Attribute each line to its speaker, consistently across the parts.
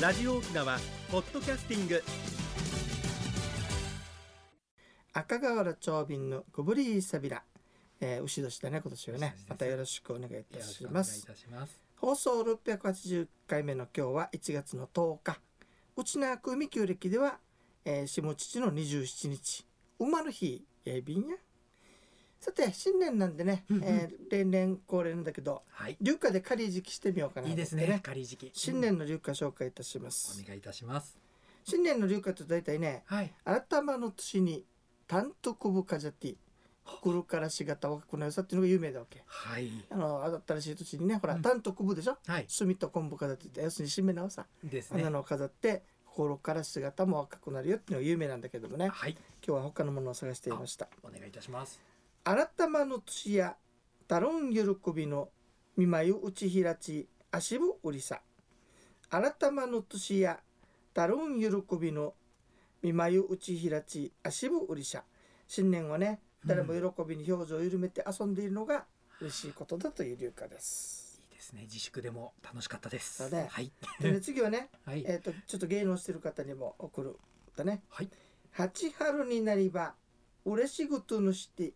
Speaker 1: ラジオ沖縄ポッドキャスティング
Speaker 2: 赤瓦長瓶のゴブリーサビラ、えー、牛年だね今年は
Speaker 3: 牛年
Speaker 2: ね
Speaker 3: です
Speaker 2: またよろしくお願いい
Speaker 3: よ
Speaker 2: た
Speaker 3: ろし
Speaker 2: し
Speaker 3: くお願
Speaker 2: ま
Speaker 3: いい
Speaker 2: す
Speaker 3: たします。
Speaker 2: 放送680回目の今日は1月の10日内縄久海旧暦では、えー、下父の27日馬の日やいびんやさて新年なんでね、
Speaker 3: うんうん
Speaker 2: えー例年恒例なんだけど
Speaker 3: はい。
Speaker 2: 流花で仮り時期してみようかな
Speaker 3: いい
Speaker 2: と思って
Speaker 3: ですね。仮時期。
Speaker 2: 新
Speaker 3: うん
Speaker 2: 年の流花紹介いたします、
Speaker 3: お願いいたします。
Speaker 2: 新年の流花と大体ね
Speaker 3: はい。
Speaker 2: 改まの年にタントコブカジャティ心からしがた若くの良さっていうのが有名だわけ
Speaker 3: はい。
Speaker 2: あの新しい年にねほら、
Speaker 3: うん
Speaker 2: タントコブでしょ
Speaker 3: はい。
Speaker 2: 炭と昆布飾ってて要するに新芽のさ
Speaker 3: ですね
Speaker 2: 花。のを飾って心から姿も若くなるよっていうのが有名なんだけどもね
Speaker 3: はい。
Speaker 2: 今日は他のものを探していました
Speaker 3: お願いいたします。
Speaker 2: 新玉の年やダロン喜びの見舞いうちひらち足ぶうりさ新玉の年やダロン喜びの見舞いうちひらち足ぶうりさ新年をね誰も喜びに表情を緩めて遊んでいるのが嬉しいことだという流歌です
Speaker 3: い。いですね。自粛でも楽しかったです。
Speaker 2: そうね
Speaker 3: はい。
Speaker 2: でね次はね
Speaker 3: はい。
Speaker 2: えー、とちょっと芸能してる方にも送るだね
Speaker 3: はい。
Speaker 2: 八春になりば嬉しぐとぬして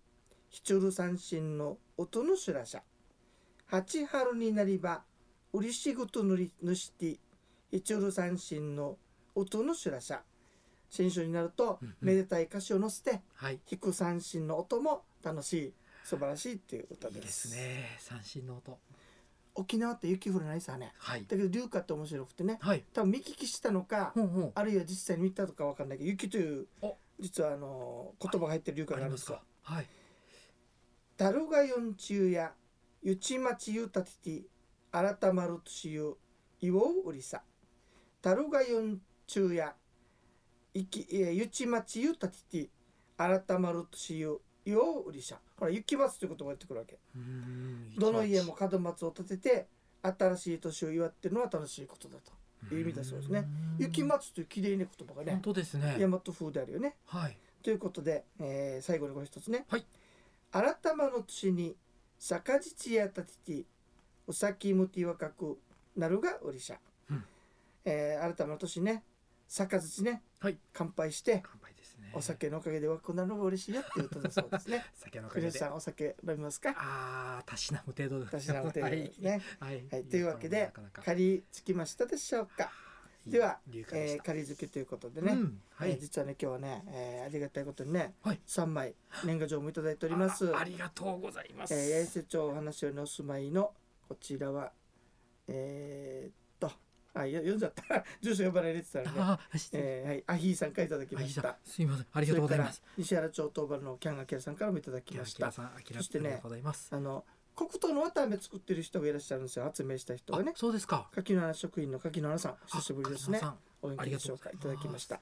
Speaker 2: ひちょる三振の音のしらしゃ八春になりば嬉しぐとぬりぬしてひちょる三振の音のしらしゃ新春になると、
Speaker 3: うんうん
Speaker 2: めでたい歌詞を乗せて
Speaker 3: はい。
Speaker 2: 弾く三振の音も楽しい素晴らしいっていう歌
Speaker 3: いい
Speaker 2: で
Speaker 3: ですすね。三振の音。
Speaker 2: 沖縄って雪降らないさね
Speaker 3: はい。
Speaker 2: だけど流歌って面白くてね
Speaker 3: はい。
Speaker 2: 多分見聞きしたのか、
Speaker 3: ほうほう。
Speaker 2: あるいは実際に見たとかわかんないけど雪という
Speaker 3: お
Speaker 2: 実はあの言葉が入ってる流
Speaker 3: あ
Speaker 2: 歌があ
Speaker 3: り
Speaker 2: るん
Speaker 3: ま
Speaker 2: ですすよ
Speaker 3: か。。はい。
Speaker 2: ダルガヨンチュやユチマチユタティティ改まるとしゆイオウウリサ。ダルガヨンチュやいきえユチマチユタティティ改まるとしゆイオウウリサ。ほら雪松という言葉が出てくるわけ。
Speaker 3: うーん
Speaker 2: どの家も。門松を建てて新しい年を祝ってるのは楽しいことだと。いう意味だそうですね
Speaker 3: ーん
Speaker 2: 雪松という綺麗な言葉が
Speaker 3: 本
Speaker 2: ね
Speaker 3: 当ですね。
Speaker 2: 大和風であるよね。
Speaker 3: はい。
Speaker 2: ということで、えー最後にこれ一つね。
Speaker 3: はい。
Speaker 2: 新玉の年に、坂地やたてて、お先むて若くなるがうりしゃ。
Speaker 3: うん
Speaker 2: えー新玉の年ね、坂土ね、
Speaker 3: はい
Speaker 2: 乾杯して、
Speaker 3: 乾杯ですね。
Speaker 2: お。酒のおかげで若くなるのが嬉しいよっていう歌だそうですね。
Speaker 3: 酒の おかげ
Speaker 2: 皆
Speaker 3: で。
Speaker 2: さん、お酒飲みますか
Speaker 3: ああ、たしなむ程度。
Speaker 2: 私なのでね。
Speaker 3: はい。
Speaker 2: はいというわけで
Speaker 3: なかなか
Speaker 2: 借りつきましたでしょうか。では、
Speaker 3: いい流行で
Speaker 2: え
Speaker 3: し
Speaker 2: ー、
Speaker 3: た
Speaker 2: 借り付けということでね。
Speaker 3: うんは
Speaker 2: えー
Speaker 3: い。
Speaker 2: 実はね今日はね、えーありがたいことにね、
Speaker 3: はい
Speaker 2: 三枚年賀状もいただいております
Speaker 3: あありがとうございます。
Speaker 2: えー、八重瀬町お話よりのお住まいのこちらはえー、っとあよ読んじゃった 住所呼ばれてたらね、
Speaker 3: ああ、失礼。
Speaker 2: えーはい、アヒーさんからいただき
Speaker 3: あ
Speaker 2: ま
Speaker 3: いい
Speaker 2: し
Speaker 3: さん
Speaker 2: た
Speaker 3: すいません。ありがとうございます。
Speaker 2: それから西原町東原のキャンアキラさんからもいただき
Speaker 3: キラ
Speaker 2: まし
Speaker 3: キラ
Speaker 2: た
Speaker 3: さん、あきら
Speaker 2: そしてね
Speaker 3: ありがとうございます。
Speaker 2: あの黒糖の綿あめ作ってる人がいらっしゃるんですよ発明した人がね
Speaker 3: あそうですか。
Speaker 2: 柿の花職員の柿の花さん久しぶりですね
Speaker 3: あカズマ
Speaker 2: お元気でしょうか
Speaker 3: あ
Speaker 2: い
Speaker 3: りが
Speaker 2: た
Speaker 3: とうございます
Speaker 2: だきました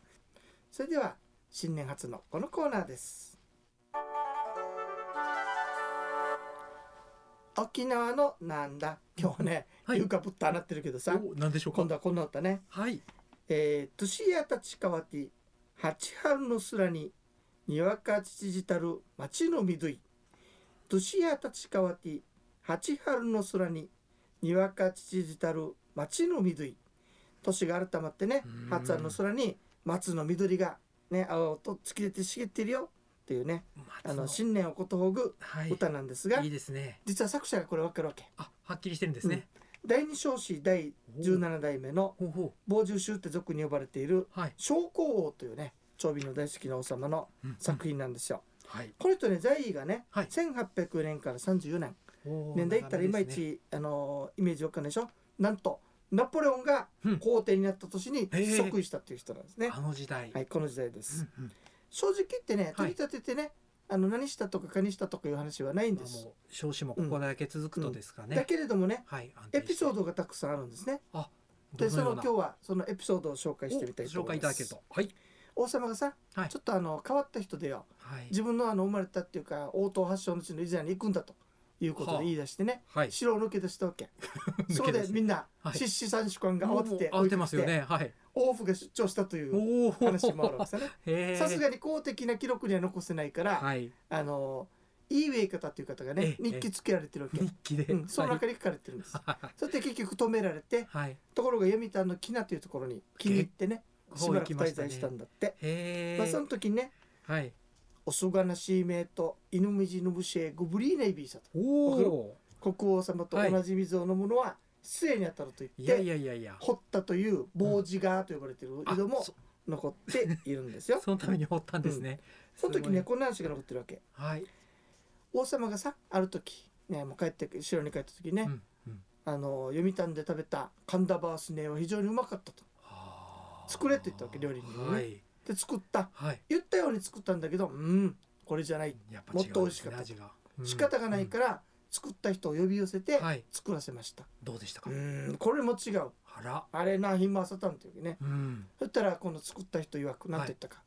Speaker 2: それでは新年初のこのコーナーです沖縄のなんだ今日ね
Speaker 3: はい
Speaker 2: ゆかぶったなってるけど
Speaker 3: さ
Speaker 2: さ
Speaker 3: ん。お、なんでしょうか。
Speaker 2: 今度はこんな歌ね
Speaker 3: はい。
Speaker 2: えー、年やたちかわて八春のすらににわかちじたる町のみどい年やたちかわて八春のすらににわかちじたる町のみどい年が改まってね
Speaker 3: うん
Speaker 2: 八春の空に松の緑がね青々と突き出て茂っているよっていうねあ
Speaker 3: 松
Speaker 2: の新年をことほぐ
Speaker 3: はい。
Speaker 2: 歌なんですが、
Speaker 3: いいですね。
Speaker 2: 実は作者がこれ分かるわけ
Speaker 3: あ、はっきりしてるんですね。
Speaker 2: 第二少子第17代目の
Speaker 3: ほうほ
Speaker 2: 傍受衆って俗に呼ばれている
Speaker 3: う。はい。
Speaker 2: 将校王というね長瓶の大好きな王様の
Speaker 3: うん
Speaker 2: 作品なんですよ。
Speaker 3: はい。
Speaker 2: これとね在位がね、
Speaker 3: はい
Speaker 2: 1804年から34年
Speaker 3: おー
Speaker 2: 年代いったらいまい。
Speaker 3: 長ですね
Speaker 2: ち、あのーイメージわかんないでしょなんとナポレオンが
Speaker 3: うん
Speaker 2: 皇帝になった年に
Speaker 3: へー
Speaker 2: 即位したっていう人なんですね。
Speaker 3: あの時代。。
Speaker 2: はいい、この時代です。
Speaker 3: うんうん
Speaker 2: 正直言ってね
Speaker 3: は
Speaker 2: 取
Speaker 3: い
Speaker 2: り立ててね、あの何したとかかにしたとかいう話はないん
Speaker 3: ま
Speaker 2: で
Speaker 3: あ
Speaker 2: す。
Speaker 3: もう少子もここだけ続くとですか
Speaker 2: だ
Speaker 3: ね。
Speaker 2: けれどもね
Speaker 3: はい。
Speaker 2: エピソー
Speaker 3: ド。
Speaker 2: ドがたくさんあるんですね。
Speaker 3: ど
Speaker 2: でその
Speaker 3: よう
Speaker 2: 今
Speaker 3: な
Speaker 2: 日はそのエピソードを紹介してみたいと
Speaker 3: お紹
Speaker 2: 思
Speaker 3: 介
Speaker 2: い
Speaker 3: いた
Speaker 2: ま
Speaker 3: だける
Speaker 2: す。
Speaker 3: と。はい。
Speaker 2: 王様がさ、
Speaker 3: はい
Speaker 2: ちょっとあの変わった人でよ
Speaker 3: はい。
Speaker 2: 自分のあの生まれたっていうか応答発祥の地の以前に行くんだということ
Speaker 3: はあ
Speaker 2: で言い出してね、
Speaker 3: はい。
Speaker 2: 城を抜け出したわ けそこ
Speaker 3: 抜け出
Speaker 2: で
Speaker 3: して
Speaker 2: みんな
Speaker 3: はい
Speaker 2: 失死三主官が慌てて
Speaker 3: 慌てますよね。はい。
Speaker 2: 王府が出張したという
Speaker 3: おお。
Speaker 2: 話もあるわけですよね
Speaker 3: へえ。
Speaker 2: さすがに公的な記録には残せないから、
Speaker 3: はい。
Speaker 2: あのいいウェイ方という方がね
Speaker 3: ええ
Speaker 2: 日記つけられてるわけ、
Speaker 3: 日記で、
Speaker 2: うん、その
Speaker 3: はい
Speaker 2: 中に書かれてるんです、そして結局止められて
Speaker 3: はい
Speaker 2: ところが読谷の木名というところに気に入ってねしばらく滞在したん
Speaker 3: だ
Speaker 2: だって
Speaker 3: へえ、
Speaker 2: まあ、その時にね
Speaker 3: はい
Speaker 2: おそがなし名と犬みじのぶしえグブリーネイビーさ
Speaker 3: お
Speaker 2: わかる
Speaker 3: お
Speaker 2: と国王様と同じ水を飲むのは失礼にあたると言
Speaker 3: い
Speaker 2: っ
Speaker 3: やい
Speaker 2: て
Speaker 3: やいやいや
Speaker 2: 掘ったという棒地がと呼ばれている井戸も
Speaker 3: そ
Speaker 2: 残っているんですよ。
Speaker 3: そのために掘ったんですね、
Speaker 2: その時ね
Speaker 3: すごい
Speaker 2: こんな話が残ってるわけ
Speaker 3: はい、
Speaker 2: 王様がさある時、ね、もう帰って城に帰った時ね、
Speaker 3: うんうん
Speaker 2: あの読谷で食べたカンダバースネは非常にうまかったと。
Speaker 3: はあ
Speaker 2: 作れって言ったわけ料理人にね
Speaker 3: はい
Speaker 2: で作った
Speaker 3: はい
Speaker 2: 言ったように作ったんだけどうんこれじゃない
Speaker 3: やっぱ違うんですね
Speaker 2: もっと美味しかった
Speaker 3: 味が、うん
Speaker 2: 仕方がないから作った人を呼び寄せて
Speaker 3: はい
Speaker 2: 作らせました。
Speaker 3: どうでしたか、
Speaker 2: うんこれも違う
Speaker 3: あら
Speaker 2: あれなヒンマーサタンというわけね。
Speaker 3: うん
Speaker 2: そしたらこの作った人曰く何て言ったか、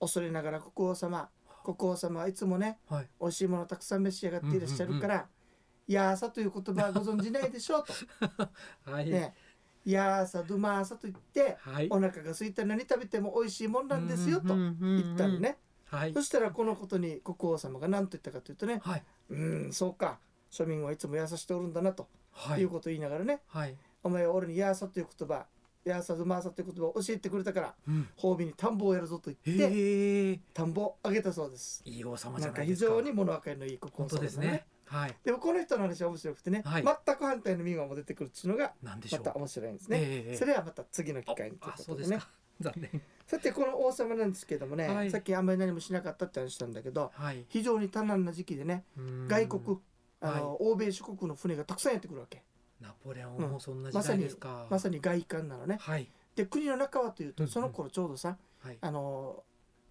Speaker 2: 恐れながら国王様国王様はいつもね
Speaker 3: はい
Speaker 2: 美味しいものたくさん召し上がっていらっしゃるから「やーさ」という言葉はご存じないでしょうと
Speaker 3: はい、
Speaker 2: ね「やーさどまーさ」と言って
Speaker 3: はい
Speaker 2: お腹が空いたら何食べても美味しいもんなんですよと言ったの
Speaker 3: り
Speaker 2: ね
Speaker 3: はい
Speaker 2: そしたらこのことに国王様が何と言ったかというとね
Speaker 3: はい
Speaker 2: 「うーんそうか庶民はいつも優しておるんだな」と
Speaker 3: はい
Speaker 2: いうことを言いながらね
Speaker 3: はい
Speaker 2: 「お前は俺にやーさという言葉やーさどまーさという言葉を教えてくれたから
Speaker 3: うん
Speaker 2: 褒美に田んぼをやるぞ」と言って
Speaker 3: へえ
Speaker 2: 田んぼをあげたそうです。
Speaker 3: いい王様じ
Speaker 2: な
Speaker 3: ゃ
Speaker 2: んか
Speaker 3: ない
Speaker 2: 非
Speaker 3: ですか
Speaker 2: 常に物分かりのいい国
Speaker 3: 本
Speaker 2: 王
Speaker 3: 当
Speaker 2: 様
Speaker 3: ですね。はい
Speaker 2: でもこの人の話は面白くてね、
Speaker 3: はい
Speaker 2: 全く反対の民話も出てくるっていうのが
Speaker 3: なんでし
Speaker 2: ま
Speaker 3: ょう
Speaker 2: た面白いんですね。
Speaker 3: ええええ
Speaker 2: それはまた次の機会にと
Speaker 3: あ
Speaker 2: いう
Speaker 3: あ
Speaker 2: こ
Speaker 3: そ
Speaker 2: と
Speaker 3: う
Speaker 2: で
Speaker 3: で
Speaker 2: ね。
Speaker 3: すか 残念
Speaker 2: さてこの王様なんですけどもね、
Speaker 3: はい
Speaker 2: さっきあんまり何もしなかったって話したんだけど
Speaker 3: はい
Speaker 2: 非常に多難な時期でね
Speaker 3: うん
Speaker 2: 外国、あの欧米諸国の船がたくさんやってくるわけ
Speaker 3: ナポレオンもそんな時
Speaker 2: まさ
Speaker 3: 代
Speaker 2: に
Speaker 3: ですか
Speaker 2: まさに外観なのね。
Speaker 3: はい
Speaker 2: で国の中はという
Speaker 3: う
Speaker 2: と
Speaker 3: んうん
Speaker 2: その頃ちょうどさ、
Speaker 3: はい
Speaker 2: あの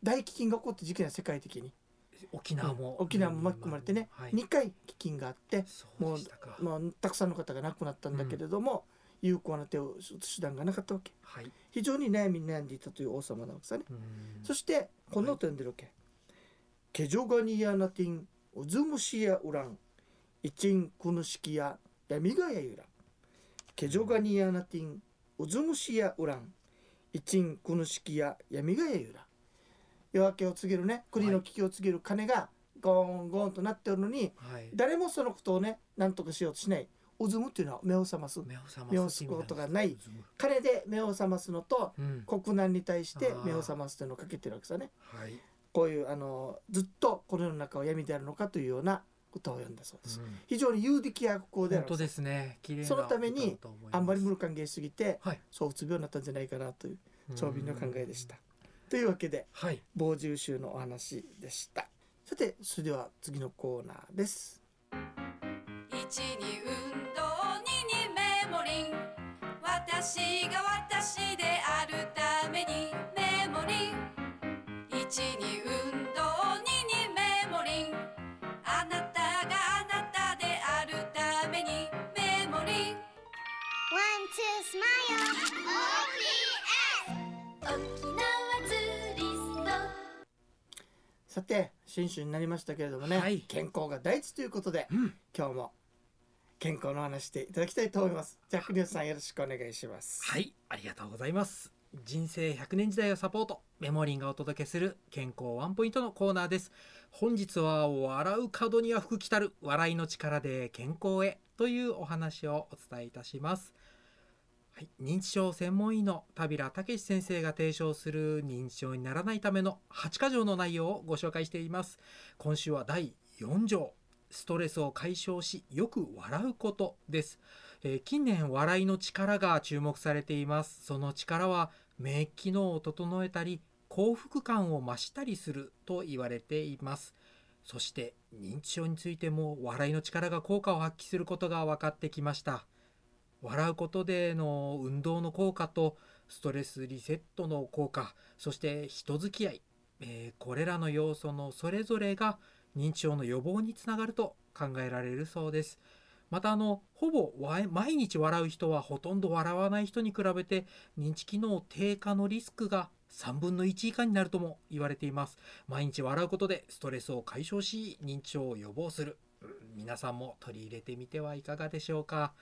Speaker 2: 大飢饉が起こった時期な世界的に、
Speaker 3: 沖縄も
Speaker 2: 沖縄も巻き込まれてね、
Speaker 3: はい
Speaker 2: 2回飢饉があって
Speaker 3: そうでしたか
Speaker 2: まあ、たくさんの方が亡くなったんだけれども、有効な手を打つ手段がなかったわけ
Speaker 3: はい
Speaker 2: 非常に悩みに悩んでいたという王様なわけさね、
Speaker 3: うん
Speaker 2: そしてこんなこと読んでるわけ、ケジョガニアナティンウズムシヤウランイチンクヌシキヤヤミガヤユラケジョガニアナティンウズムシヤウランイチンクヌシキヤヤミガヤユラ夜明けを告げるね国の危機を告げる鐘がゴーンゴーンとなっておるのに
Speaker 3: はい
Speaker 2: 誰もそのことをね何とかしようとしないおずむっていうのは目を覚ます
Speaker 3: 目を覚ます
Speaker 2: 目をすくことがない
Speaker 3: って意味んです
Speaker 2: 彼で目を覚ますのと
Speaker 3: うん
Speaker 2: 国難に対して
Speaker 3: あー
Speaker 2: 目を覚ますというのをかけてるわけさね
Speaker 3: はい
Speaker 2: こういうあのずっとこの世の中は闇であるのかというような歌を読んだそうです、
Speaker 3: うん
Speaker 2: 非常に有力や国王であ
Speaker 3: 本
Speaker 2: る
Speaker 3: 当ですね綺麗な
Speaker 2: そのために
Speaker 3: 歌だと思います
Speaker 2: あんまり無理歓迎しすぎて、
Speaker 3: はい
Speaker 2: そううつ病になったんじゃないかなという長瓶の考えでし
Speaker 3: う
Speaker 2: た
Speaker 3: ん
Speaker 2: というわけで
Speaker 3: はい
Speaker 2: 傍受集のお話でしたさてそれでは次のコーナーです
Speaker 4: 一に運動二にメモリン私が私であるためにメモリン一に運動二にメモリンあなたがあなたであるためにメモリン
Speaker 5: One, two, smile. OPS. 沖縄ツーリスト。
Speaker 2: さて新春になりましたけれどもね、
Speaker 3: はい
Speaker 2: 健康が第一ということで
Speaker 3: うん
Speaker 2: 今日も健康の話していただきたいと思いますジャックニュースさんよろしくお願いします
Speaker 3: はいありがとうございます人生100年時代をサポートメモリンがお届けする健康ワンポイントのコーナーです本日は笑う角には福来たる笑いの力で健康へというお話をお伝えいたしますはい、認知症専門医の田平武先生が提唱する認知症にならないための8か条の内容をご紹介しています今週は第4条ストレスを解消しよく笑うことです、えー近年笑いの力が注目されていますその力は免疫機能を整えたり幸福感を増したりすると言われていますそして認知症についても笑いの力が効果を発揮することが分かってきました笑うことでの運動の効果とストレスリセットの効果そして人付き合い、えーこれらの要素のそれぞれが認知症の予防につながると考えられるそうですまたあのほぼわ毎日笑う人はほとんど笑わない人に比べて認知機能低下のリスクが3分の1以下になるとも言われています毎日笑うことでストレスを解消し認知症を予防するうん皆さんも取り入れてみてはいかがでしょうか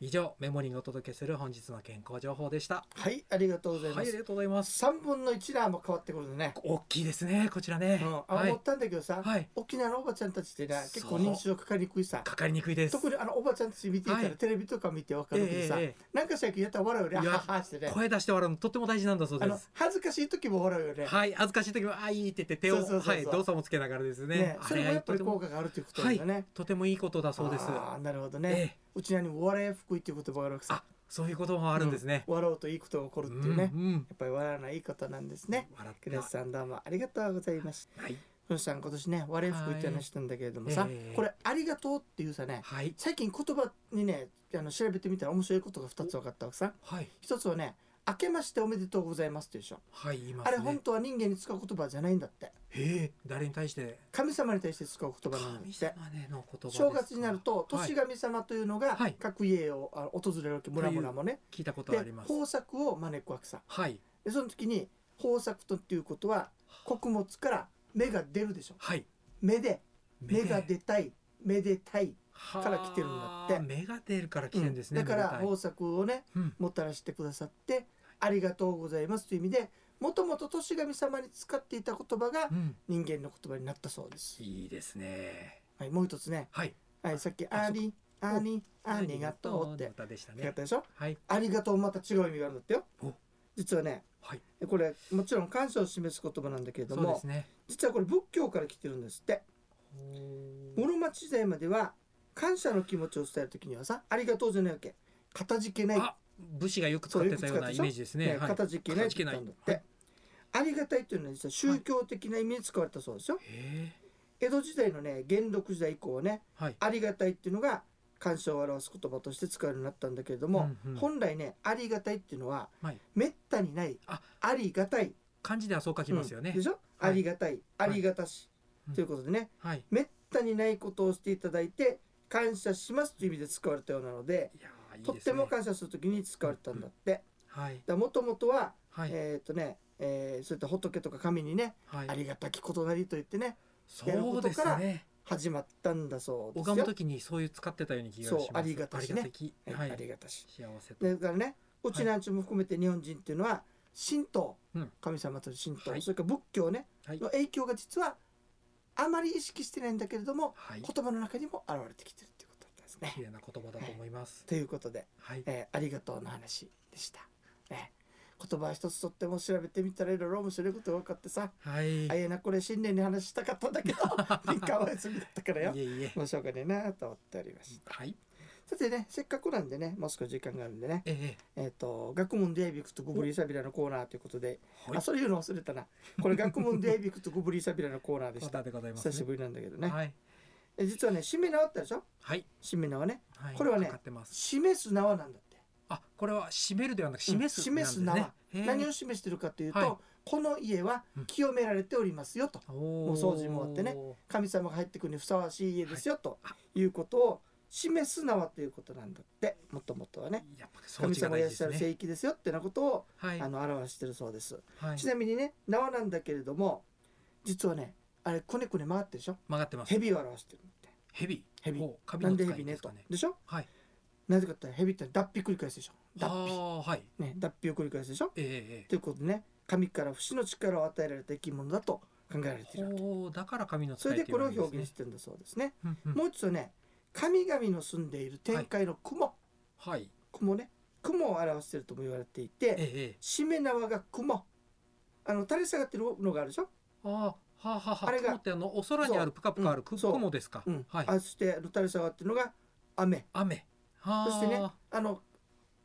Speaker 3: 以上メモリーがお届けする本日の健康情報でした
Speaker 2: はいありがとうござい
Speaker 3: はいあ
Speaker 2: ま
Speaker 3: り
Speaker 2: す、
Speaker 3: がとうございます
Speaker 2: 三3分の1なも変わってくるね、
Speaker 3: 大きいですねこちらね、
Speaker 2: うん、あ
Speaker 3: は
Speaker 2: 思
Speaker 3: い
Speaker 2: っ、たんだけどさ、
Speaker 3: はい、
Speaker 2: 沖縄のおばちゃんたちってね結構
Speaker 3: そう
Speaker 2: 認知症かかりにくいさ
Speaker 3: かかりにくいです
Speaker 2: 特にあのおばちゃんたち見ていた
Speaker 3: は
Speaker 2: ら、
Speaker 3: い
Speaker 2: テレビとか見てわか
Speaker 3: ええ
Speaker 2: るけどさ、
Speaker 3: え
Speaker 2: なんか最近やったら笑うよね
Speaker 3: いや
Speaker 2: はっはして
Speaker 3: え
Speaker 2: ね
Speaker 3: 声出して笑うのとっても大事なんだそうで
Speaker 2: あの
Speaker 3: す
Speaker 2: 恥ずかしい時も笑うよね
Speaker 3: はい恥ずかしい時もあーいいって言って手を
Speaker 2: そうそうそうそう
Speaker 3: はい動作もつけながらですね
Speaker 2: ね
Speaker 3: あ
Speaker 2: それもやっぱり
Speaker 3: とても
Speaker 2: 効果があるということなんだね、
Speaker 3: とてもいいことだそうです
Speaker 2: ああなるほど
Speaker 3: え
Speaker 2: ね、
Speaker 3: え
Speaker 2: うちなにもお笑い福井っていう言葉があるわけさ
Speaker 3: あそういうこともあるんですね、
Speaker 2: 笑うといいことが起こるっていうね、や
Speaker 3: うんうん
Speaker 2: っぱり笑わないいいことなんですね
Speaker 3: 笑って
Speaker 2: クレスさんどうもありがとうございます
Speaker 3: はい
Speaker 2: ふんさん今年ね笑い福井って話したんだけれどもさ、
Speaker 3: はいええ
Speaker 2: これありがとうっていうさね
Speaker 3: はい
Speaker 2: 最近言葉にねあの調べてみたら面白いことが2つ分かったわけさ
Speaker 3: はい
Speaker 2: 一つはね明けましておめでとうございますっていうでしょ、
Speaker 3: はい言いま
Speaker 2: あ
Speaker 3: す
Speaker 2: れ
Speaker 3: ね
Speaker 2: 本当は人間に使う言葉じゃないんだって
Speaker 3: へえ誰に対して
Speaker 2: 神様に対して使う言葉なんだ
Speaker 3: 神
Speaker 2: って
Speaker 3: 様ねの言葉ですか
Speaker 2: 正月になると
Speaker 3: はい
Speaker 2: 年神様というのが
Speaker 3: はい
Speaker 2: 各家をあ訪れるわけ村々もね
Speaker 3: 聞いたことあ
Speaker 2: で
Speaker 3: ります
Speaker 2: 豊作を招くわけさ
Speaker 3: はい
Speaker 2: でその時に豊作とっていうことは穀物から芽が出るでしょ
Speaker 3: はい
Speaker 2: 芽で芽が出たい芽でたい、から来てるんだって
Speaker 3: はあ芽が出るから来てるんですね、
Speaker 2: だから
Speaker 3: めで
Speaker 2: 豊作をね
Speaker 3: たいうん
Speaker 2: もたらしてくださってありがとうございますという意味でもともと年神様に使っていた言葉が
Speaker 3: うん、
Speaker 2: 人間の言葉になったそうです、
Speaker 3: いいですね
Speaker 2: はい、もう一つね、
Speaker 3: はい
Speaker 2: はい、さっき「
Speaker 3: あ
Speaker 2: ありありありがとう」っ
Speaker 3: ありの
Speaker 2: て
Speaker 3: 歌でした
Speaker 2: やっ
Speaker 3: ね
Speaker 2: たでしょ
Speaker 3: はい
Speaker 2: ありがとうまた違う意味があるんだってよ
Speaker 3: お
Speaker 2: 実はね
Speaker 3: はい
Speaker 2: これもちろん感謝を示す言葉なんだけれど
Speaker 3: そうで
Speaker 2: も、
Speaker 3: すね
Speaker 2: 実はこれ仏教から来てるんですって室町時代までは感謝の気持ちを伝える時にはさ「ありがとう」じゃないわけかたじけない、
Speaker 3: あ武士がよく使ってたようなイメージですね
Speaker 2: ね
Speaker 3: はい
Speaker 2: かたじけないって言ったんだって、
Speaker 3: はい
Speaker 2: ありがたいというのは実は宗教的な意味に使われたそうですよ、
Speaker 3: へえ
Speaker 2: 江戸時代のね元禄時代以降はね
Speaker 3: はい
Speaker 2: ありがたいっていうのが感謝を表す言葉として使うようになったんだけれども、
Speaker 3: うんうん
Speaker 2: 本来ねありがたいっていうのは、
Speaker 3: はい
Speaker 2: めったにない
Speaker 3: あ
Speaker 2: ありがたい
Speaker 3: 漢字ではそう書きますよね
Speaker 2: うんでしょ、
Speaker 3: はい
Speaker 2: ありがたいありがたし、
Speaker 3: うん
Speaker 2: ということでね
Speaker 3: はい
Speaker 2: めったにないことをしていただいて感謝しますという意味で使われたようなので
Speaker 3: いやーいいです
Speaker 2: と
Speaker 3: ね
Speaker 2: っても感謝するときに使われたんだって
Speaker 3: はい
Speaker 2: もともとは、
Speaker 3: はい
Speaker 2: えっ、とね、えーそういった仏とか神にね、
Speaker 3: はい
Speaker 2: ありがたきことなりと言ってねやる
Speaker 3: そう
Speaker 2: こと
Speaker 3: で
Speaker 2: から
Speaker 3: すね
Speaker 2: 始まったんだそうですよ
Speaker 3: 拝む時にそういう使ってたように気がします
Speaker 2: そうありがたしね
Speaker 3: ありがたき
Speaker 2: は、
Speaker 3: はいい
Speaker 2: ありがたし
Speaker 3: 幸せと
Speaker 2: だからねうちなんちも含めて日本人っていうのは神道、
Speaker 3: うん
Speaker 2: 神様と神道、
Speaker 3: はい
Speaker 2: それから仏教ね、
Speaker 3: はい
Speaker 2: の影響が実はあまり意識してないんだけれども、
Speaker 3: はい
Speaker 2: 言葉の中にも現れてきてるっていうことだったんです
Speaker 3: 綺
Speaker 2: ね。
Speaker 3: 麗な言葉だと思います
Speaker 2: ということで、
Speaker 3: はい
Speaker 2: えーありがとうの話でした。ね、言葉一つとっても調べてみたらいろいろ面白いことが分かってさ、
Speaker 3: はい
Speaker 2: あいやなこれ新年に話したかった んだけど3日お休みだったからよ
Speaker 3: い。えいえ
Speaker 2: もうしょうがねえなと思っておりました。
Speaker 3: はい
Speaker 2: さてねせっかくなんでねもう少し時間があるんでね
Speaker 3: ええ
Speaker 2: えっ、と学問でやびくとゴブリーサビラのコーナーということで、
Speaker 3: はい
Speaker 2: あそういうの忘れたなこれ学問でやびくとゴブリーサビラのコーナー
Speaker 3: ま
Speaker 2: でした
Speaker 3: たでございます
Speaker 2: 久
Speaker 3: ね
Speaker 2: しぶりなんだけどね、
Speaker 3: はい
Speaker 2: え実はねしめ縄あったでしょ
Speaker 3: はい
Speaker 2: しめ縄ね
Speaker 3: はい
Speaker 2: これはね
Speaker 3: かかってます
Speaker 2: 示す縄なんだって
Speaker 3: あこれは締めるではなく示す
Speaker 2: うん示す
Speaker 3: なんで
Speaker 2: 縄
Speaker 3: ねへえ
Speaker 2: 何を示してるかというと、
Speaker 3: はい
Speaker 2: この家は
Speaker 3: うん
Speaker 2: 清められておりますよと、
Speaker 3: おー
Speaker 2: お掃除もあってね神様が入ってくるにふさわしい家ですよ、と
Speaker 3: あ
Speaker 2: いうことを示す縄ということなんだってもともとはね
Speaker 3: やっぱ掃
Speaker 2: 神
Speaker 3: 除が
Speaker 2: 様がい
Speaker 3: 大事
Speaker 2: らっ
Speaker 3: で
Speaker 2: しゃ
Speaker 3: す
Speaker 2: る
Speaker 3: ね
Speaker 2: 聖域ですよってなことを、
Speaker 3: はい
Speaker 2: あの表してるそうです。
Speaker 3: はい
Speaker 2: ちなみにね縄なんだけれども実はねあれこねこね回ってるでしょ
Speaker 3: 曲がってます
Speaker 2: 蛇を表してるみたい
Speaker 3: ヘビ
Speaker 2: 蛇
Speaker 3: おカビ
Speaker 2: なな
Speaker 3: の
Speaker 2: んで
Speaker 3: 使い
Speaker 2: 蛇ね
Speaker 3: です
Speaker 2: と
Speaker 3: かね
Speaker 2: でしょ
Speaker 3: はい
Speaker 2: なぜかって言ったら蛇って脱皮繰り返すでしょ
Speaker 3: あ
Speaker 2: 脱皮
Speaker 3: あはい
Speaker 2: ね脱皮を繰り返すでしょ
Speaker 3: ええええ
Speaker 2: ということでね神から不死の力を与えられた生き物だと考えられているわけ
Speaker 3: おおだから紙の使
Speaker 2: そ
Speaker 3: い
Speaker 2: れで
Speaker 3: ってい
Speaker 2: こ
Speaker 3: う
Speaker 2: れ
Speaker 3: の
Speaker 2: を
Speaker 3: がいいですね
Speaker 2: 表現してるんだそうですね
Speaker 3: うんうん
Speaker 2: もう一度ね神々の住んでいる天界の雲、
Speaker 3: はい
Speaker 2: 雲ね雲を表しているとも言われてい
Speaker 3: ええ
Speaker 2: て
Speaker 3: ええ
Speaker 2: しめ縄が雲あの垂れ下がってるのがあるでしょ
Speaker 3: あーはあはあはあ
Speaker 2: あれが
Speaker 3: 雲ってあのお空にあるぷかぷかあるく
Speaker 2: そう
Speaker 3: 雲ですか、
Speaker 2: うん
Speaker 3: はい
Speaker 2: あそしてあの垂れ下がってるのが雨
Speaker 3: 雨は
Speaker 2: そ
Speaker 3: あ
Speaker 2: してねあの、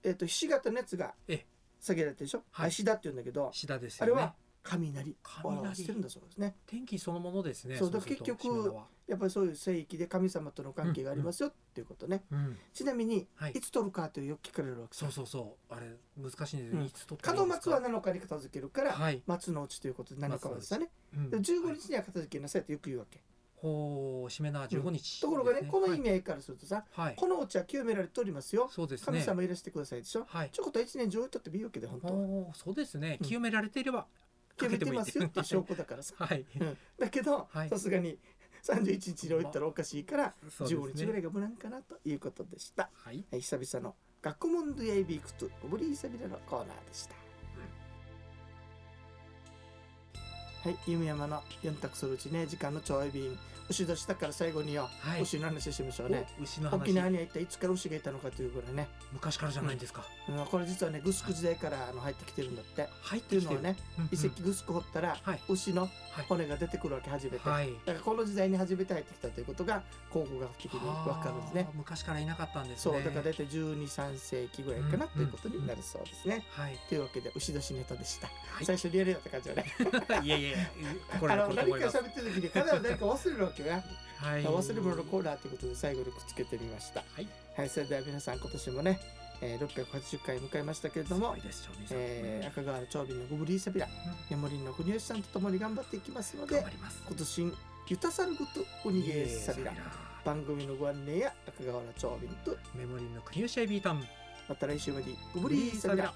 Speaker 2: えっとひし形のやつが
Speaker 3: ええ
Speaker 2: 下げられてるでしょ、
Speaker 3: はい
Speaker 2: 足だって言うんだけど
Speaker 3: シダです
Speaker 2: あ
Speaker 3: よ
Speaker 2: れ
Speaker 3: ね
Speaker 2: は雷を
Speaker 3: 雷
Speaker 2: 表してるんだそうですね
Speaker 3: 天気そのものですね
Speaker 2: そう
Speaker 3: すると
Speaker 2: だから結局
Speaker 3: 島田は
Speaker 2: やっぱりそういう聖域で神様との関係がありますよっていうことね、
Speaker 3: うん
Speaker 2: ちなみに、
Speaker 3: はい
Speaker 2: い、つ取るかというよく聞かれるわけ
Speaker 3: そう
Speaker 2: です
Speaker 3: そうそうあれ難しいんです
Speaker 2: う
Speaker 3: よ、
Speaker 2: ん
Speaker 3: いつと
Speaker 2: 門松は7日に片付けるから、
Speaker 3: はい、
Speaker 2: 松の内ということで7日はですよね、
Speaker 3: うん
Speaker 2: で15
Speaker 3: はい
Speaker 2: 日には片付けなさいとよく言うわけ、
Speaker 3: ほう締め縄15日、
Speaker 2: ところがね
Speaker 3: です
Speaker 2: この意味合いからするとさ、
Speaker 3: はい、はい
Speaker 2: このお茶は清められておりますよ、
Speaker 3: そうですね
Speaker 2: 神様いらしてくださいでしょ
Speaker 3: はい
Speaker 2: ちょこっと一年上位とってもいいわけで本当は
Speaker 3: おーそうですね
Speaker 2: うん
Speaker 3: 清められていれば、
Speaker 2: 清めてますよっていう証拠だからさ
Speaker 3: はい、
Speaker 2: うんだけど
Speaker 3: はい
Speaker 2: さすがに31日の行ったらおかしいから
Speaker 3: そうですね
Speaker 2: 15日ぐらいが無難かなということでした。
Speaker 3: はい。
Speaker 2: はい久々の学校問題ビークとオブリーサビラのコーナーでした。はい、夢山の四択するうちね、時間の超い便。牛年だから最後によ、
Speaker 3: はい
Speaker 2: 牛の話しましょうね。
Speaker 3: お牛の
Speaker 2: 沖縄
Speaker 3: 話。
Speaker 2: には一体いつから牛がいたのかというぐらいね、
Speaker 3: 昔からじゃないんですか。
Speaker 2: うん、これ実はね、グスク時代からあの入ってきてるんだって。っ
Speaker 3: 入ってて
Speaker 2: い
Speaker 3: き
Speaker 2: う
Speaker 3: て
Speaker 2: の
Speaker 3: る
Speaker 2: は。ね、
Speaker 3: うんうん
Speaker 2: 遺跡グスク掘ったら、
Speaker 3: はい
Speaker 2: 牛の
Speaker 3: はい
Speaker 2: 骨が出てくるわけ初めて。
Speaker 3: はい。
Speaker 2: だからこの時代に初めて入ってきたということが考古学的にわかるんですね
Speaker 3: あー。昔からいなかったんです
Speaker 2: そ
Speaker 3: ね。
Speaker 2: うだから大体123世紀ぐらいかなということになるそうですね。
Speaker 3: はい。
Speaker 2: というわけで牛年ネタでした。
Speaker 3: い
Speaker 2: 最初リアルだった感じはね。
Speaker 3: いやいやいや、これ
Speaker 2: あ
Speaker 3: だ
Speaker 2: の
Speaker 3: と
Speaker 2: 何
Speaker 3: 思
Speaker 2: か
Speaker 3: います。
Speaker 2: 喋ってる時に彼は何か忘れるわけが、
Speaker 3: はい。
Speaker 2: 忘れ物のコーナーということで最後にくっつけてみました。
Speaker 3: はい。
Speaker 2: はいそれでは皆さん今年もね、えー、680回迎えましたけれど
Speaker 3: す
Speaker 2: も
Speaker 3: ごい。です、長尾さん。
Speaker 2: えー、赤川の長瓶のゴブリーサビラ、ヤモリンの国吉さんと共に頑張っていきますの
Speaker 3: 頑
Speaker 2: で
Speaker 3: 張ります。
Speaker 2: 今年ゆたさるごとおにげサビラ番組のご案内や赤川の長瓶と
Speaker 3: メモリーの国吉 IB タウン。
Speaker 2: また来週までゴブリーサビラ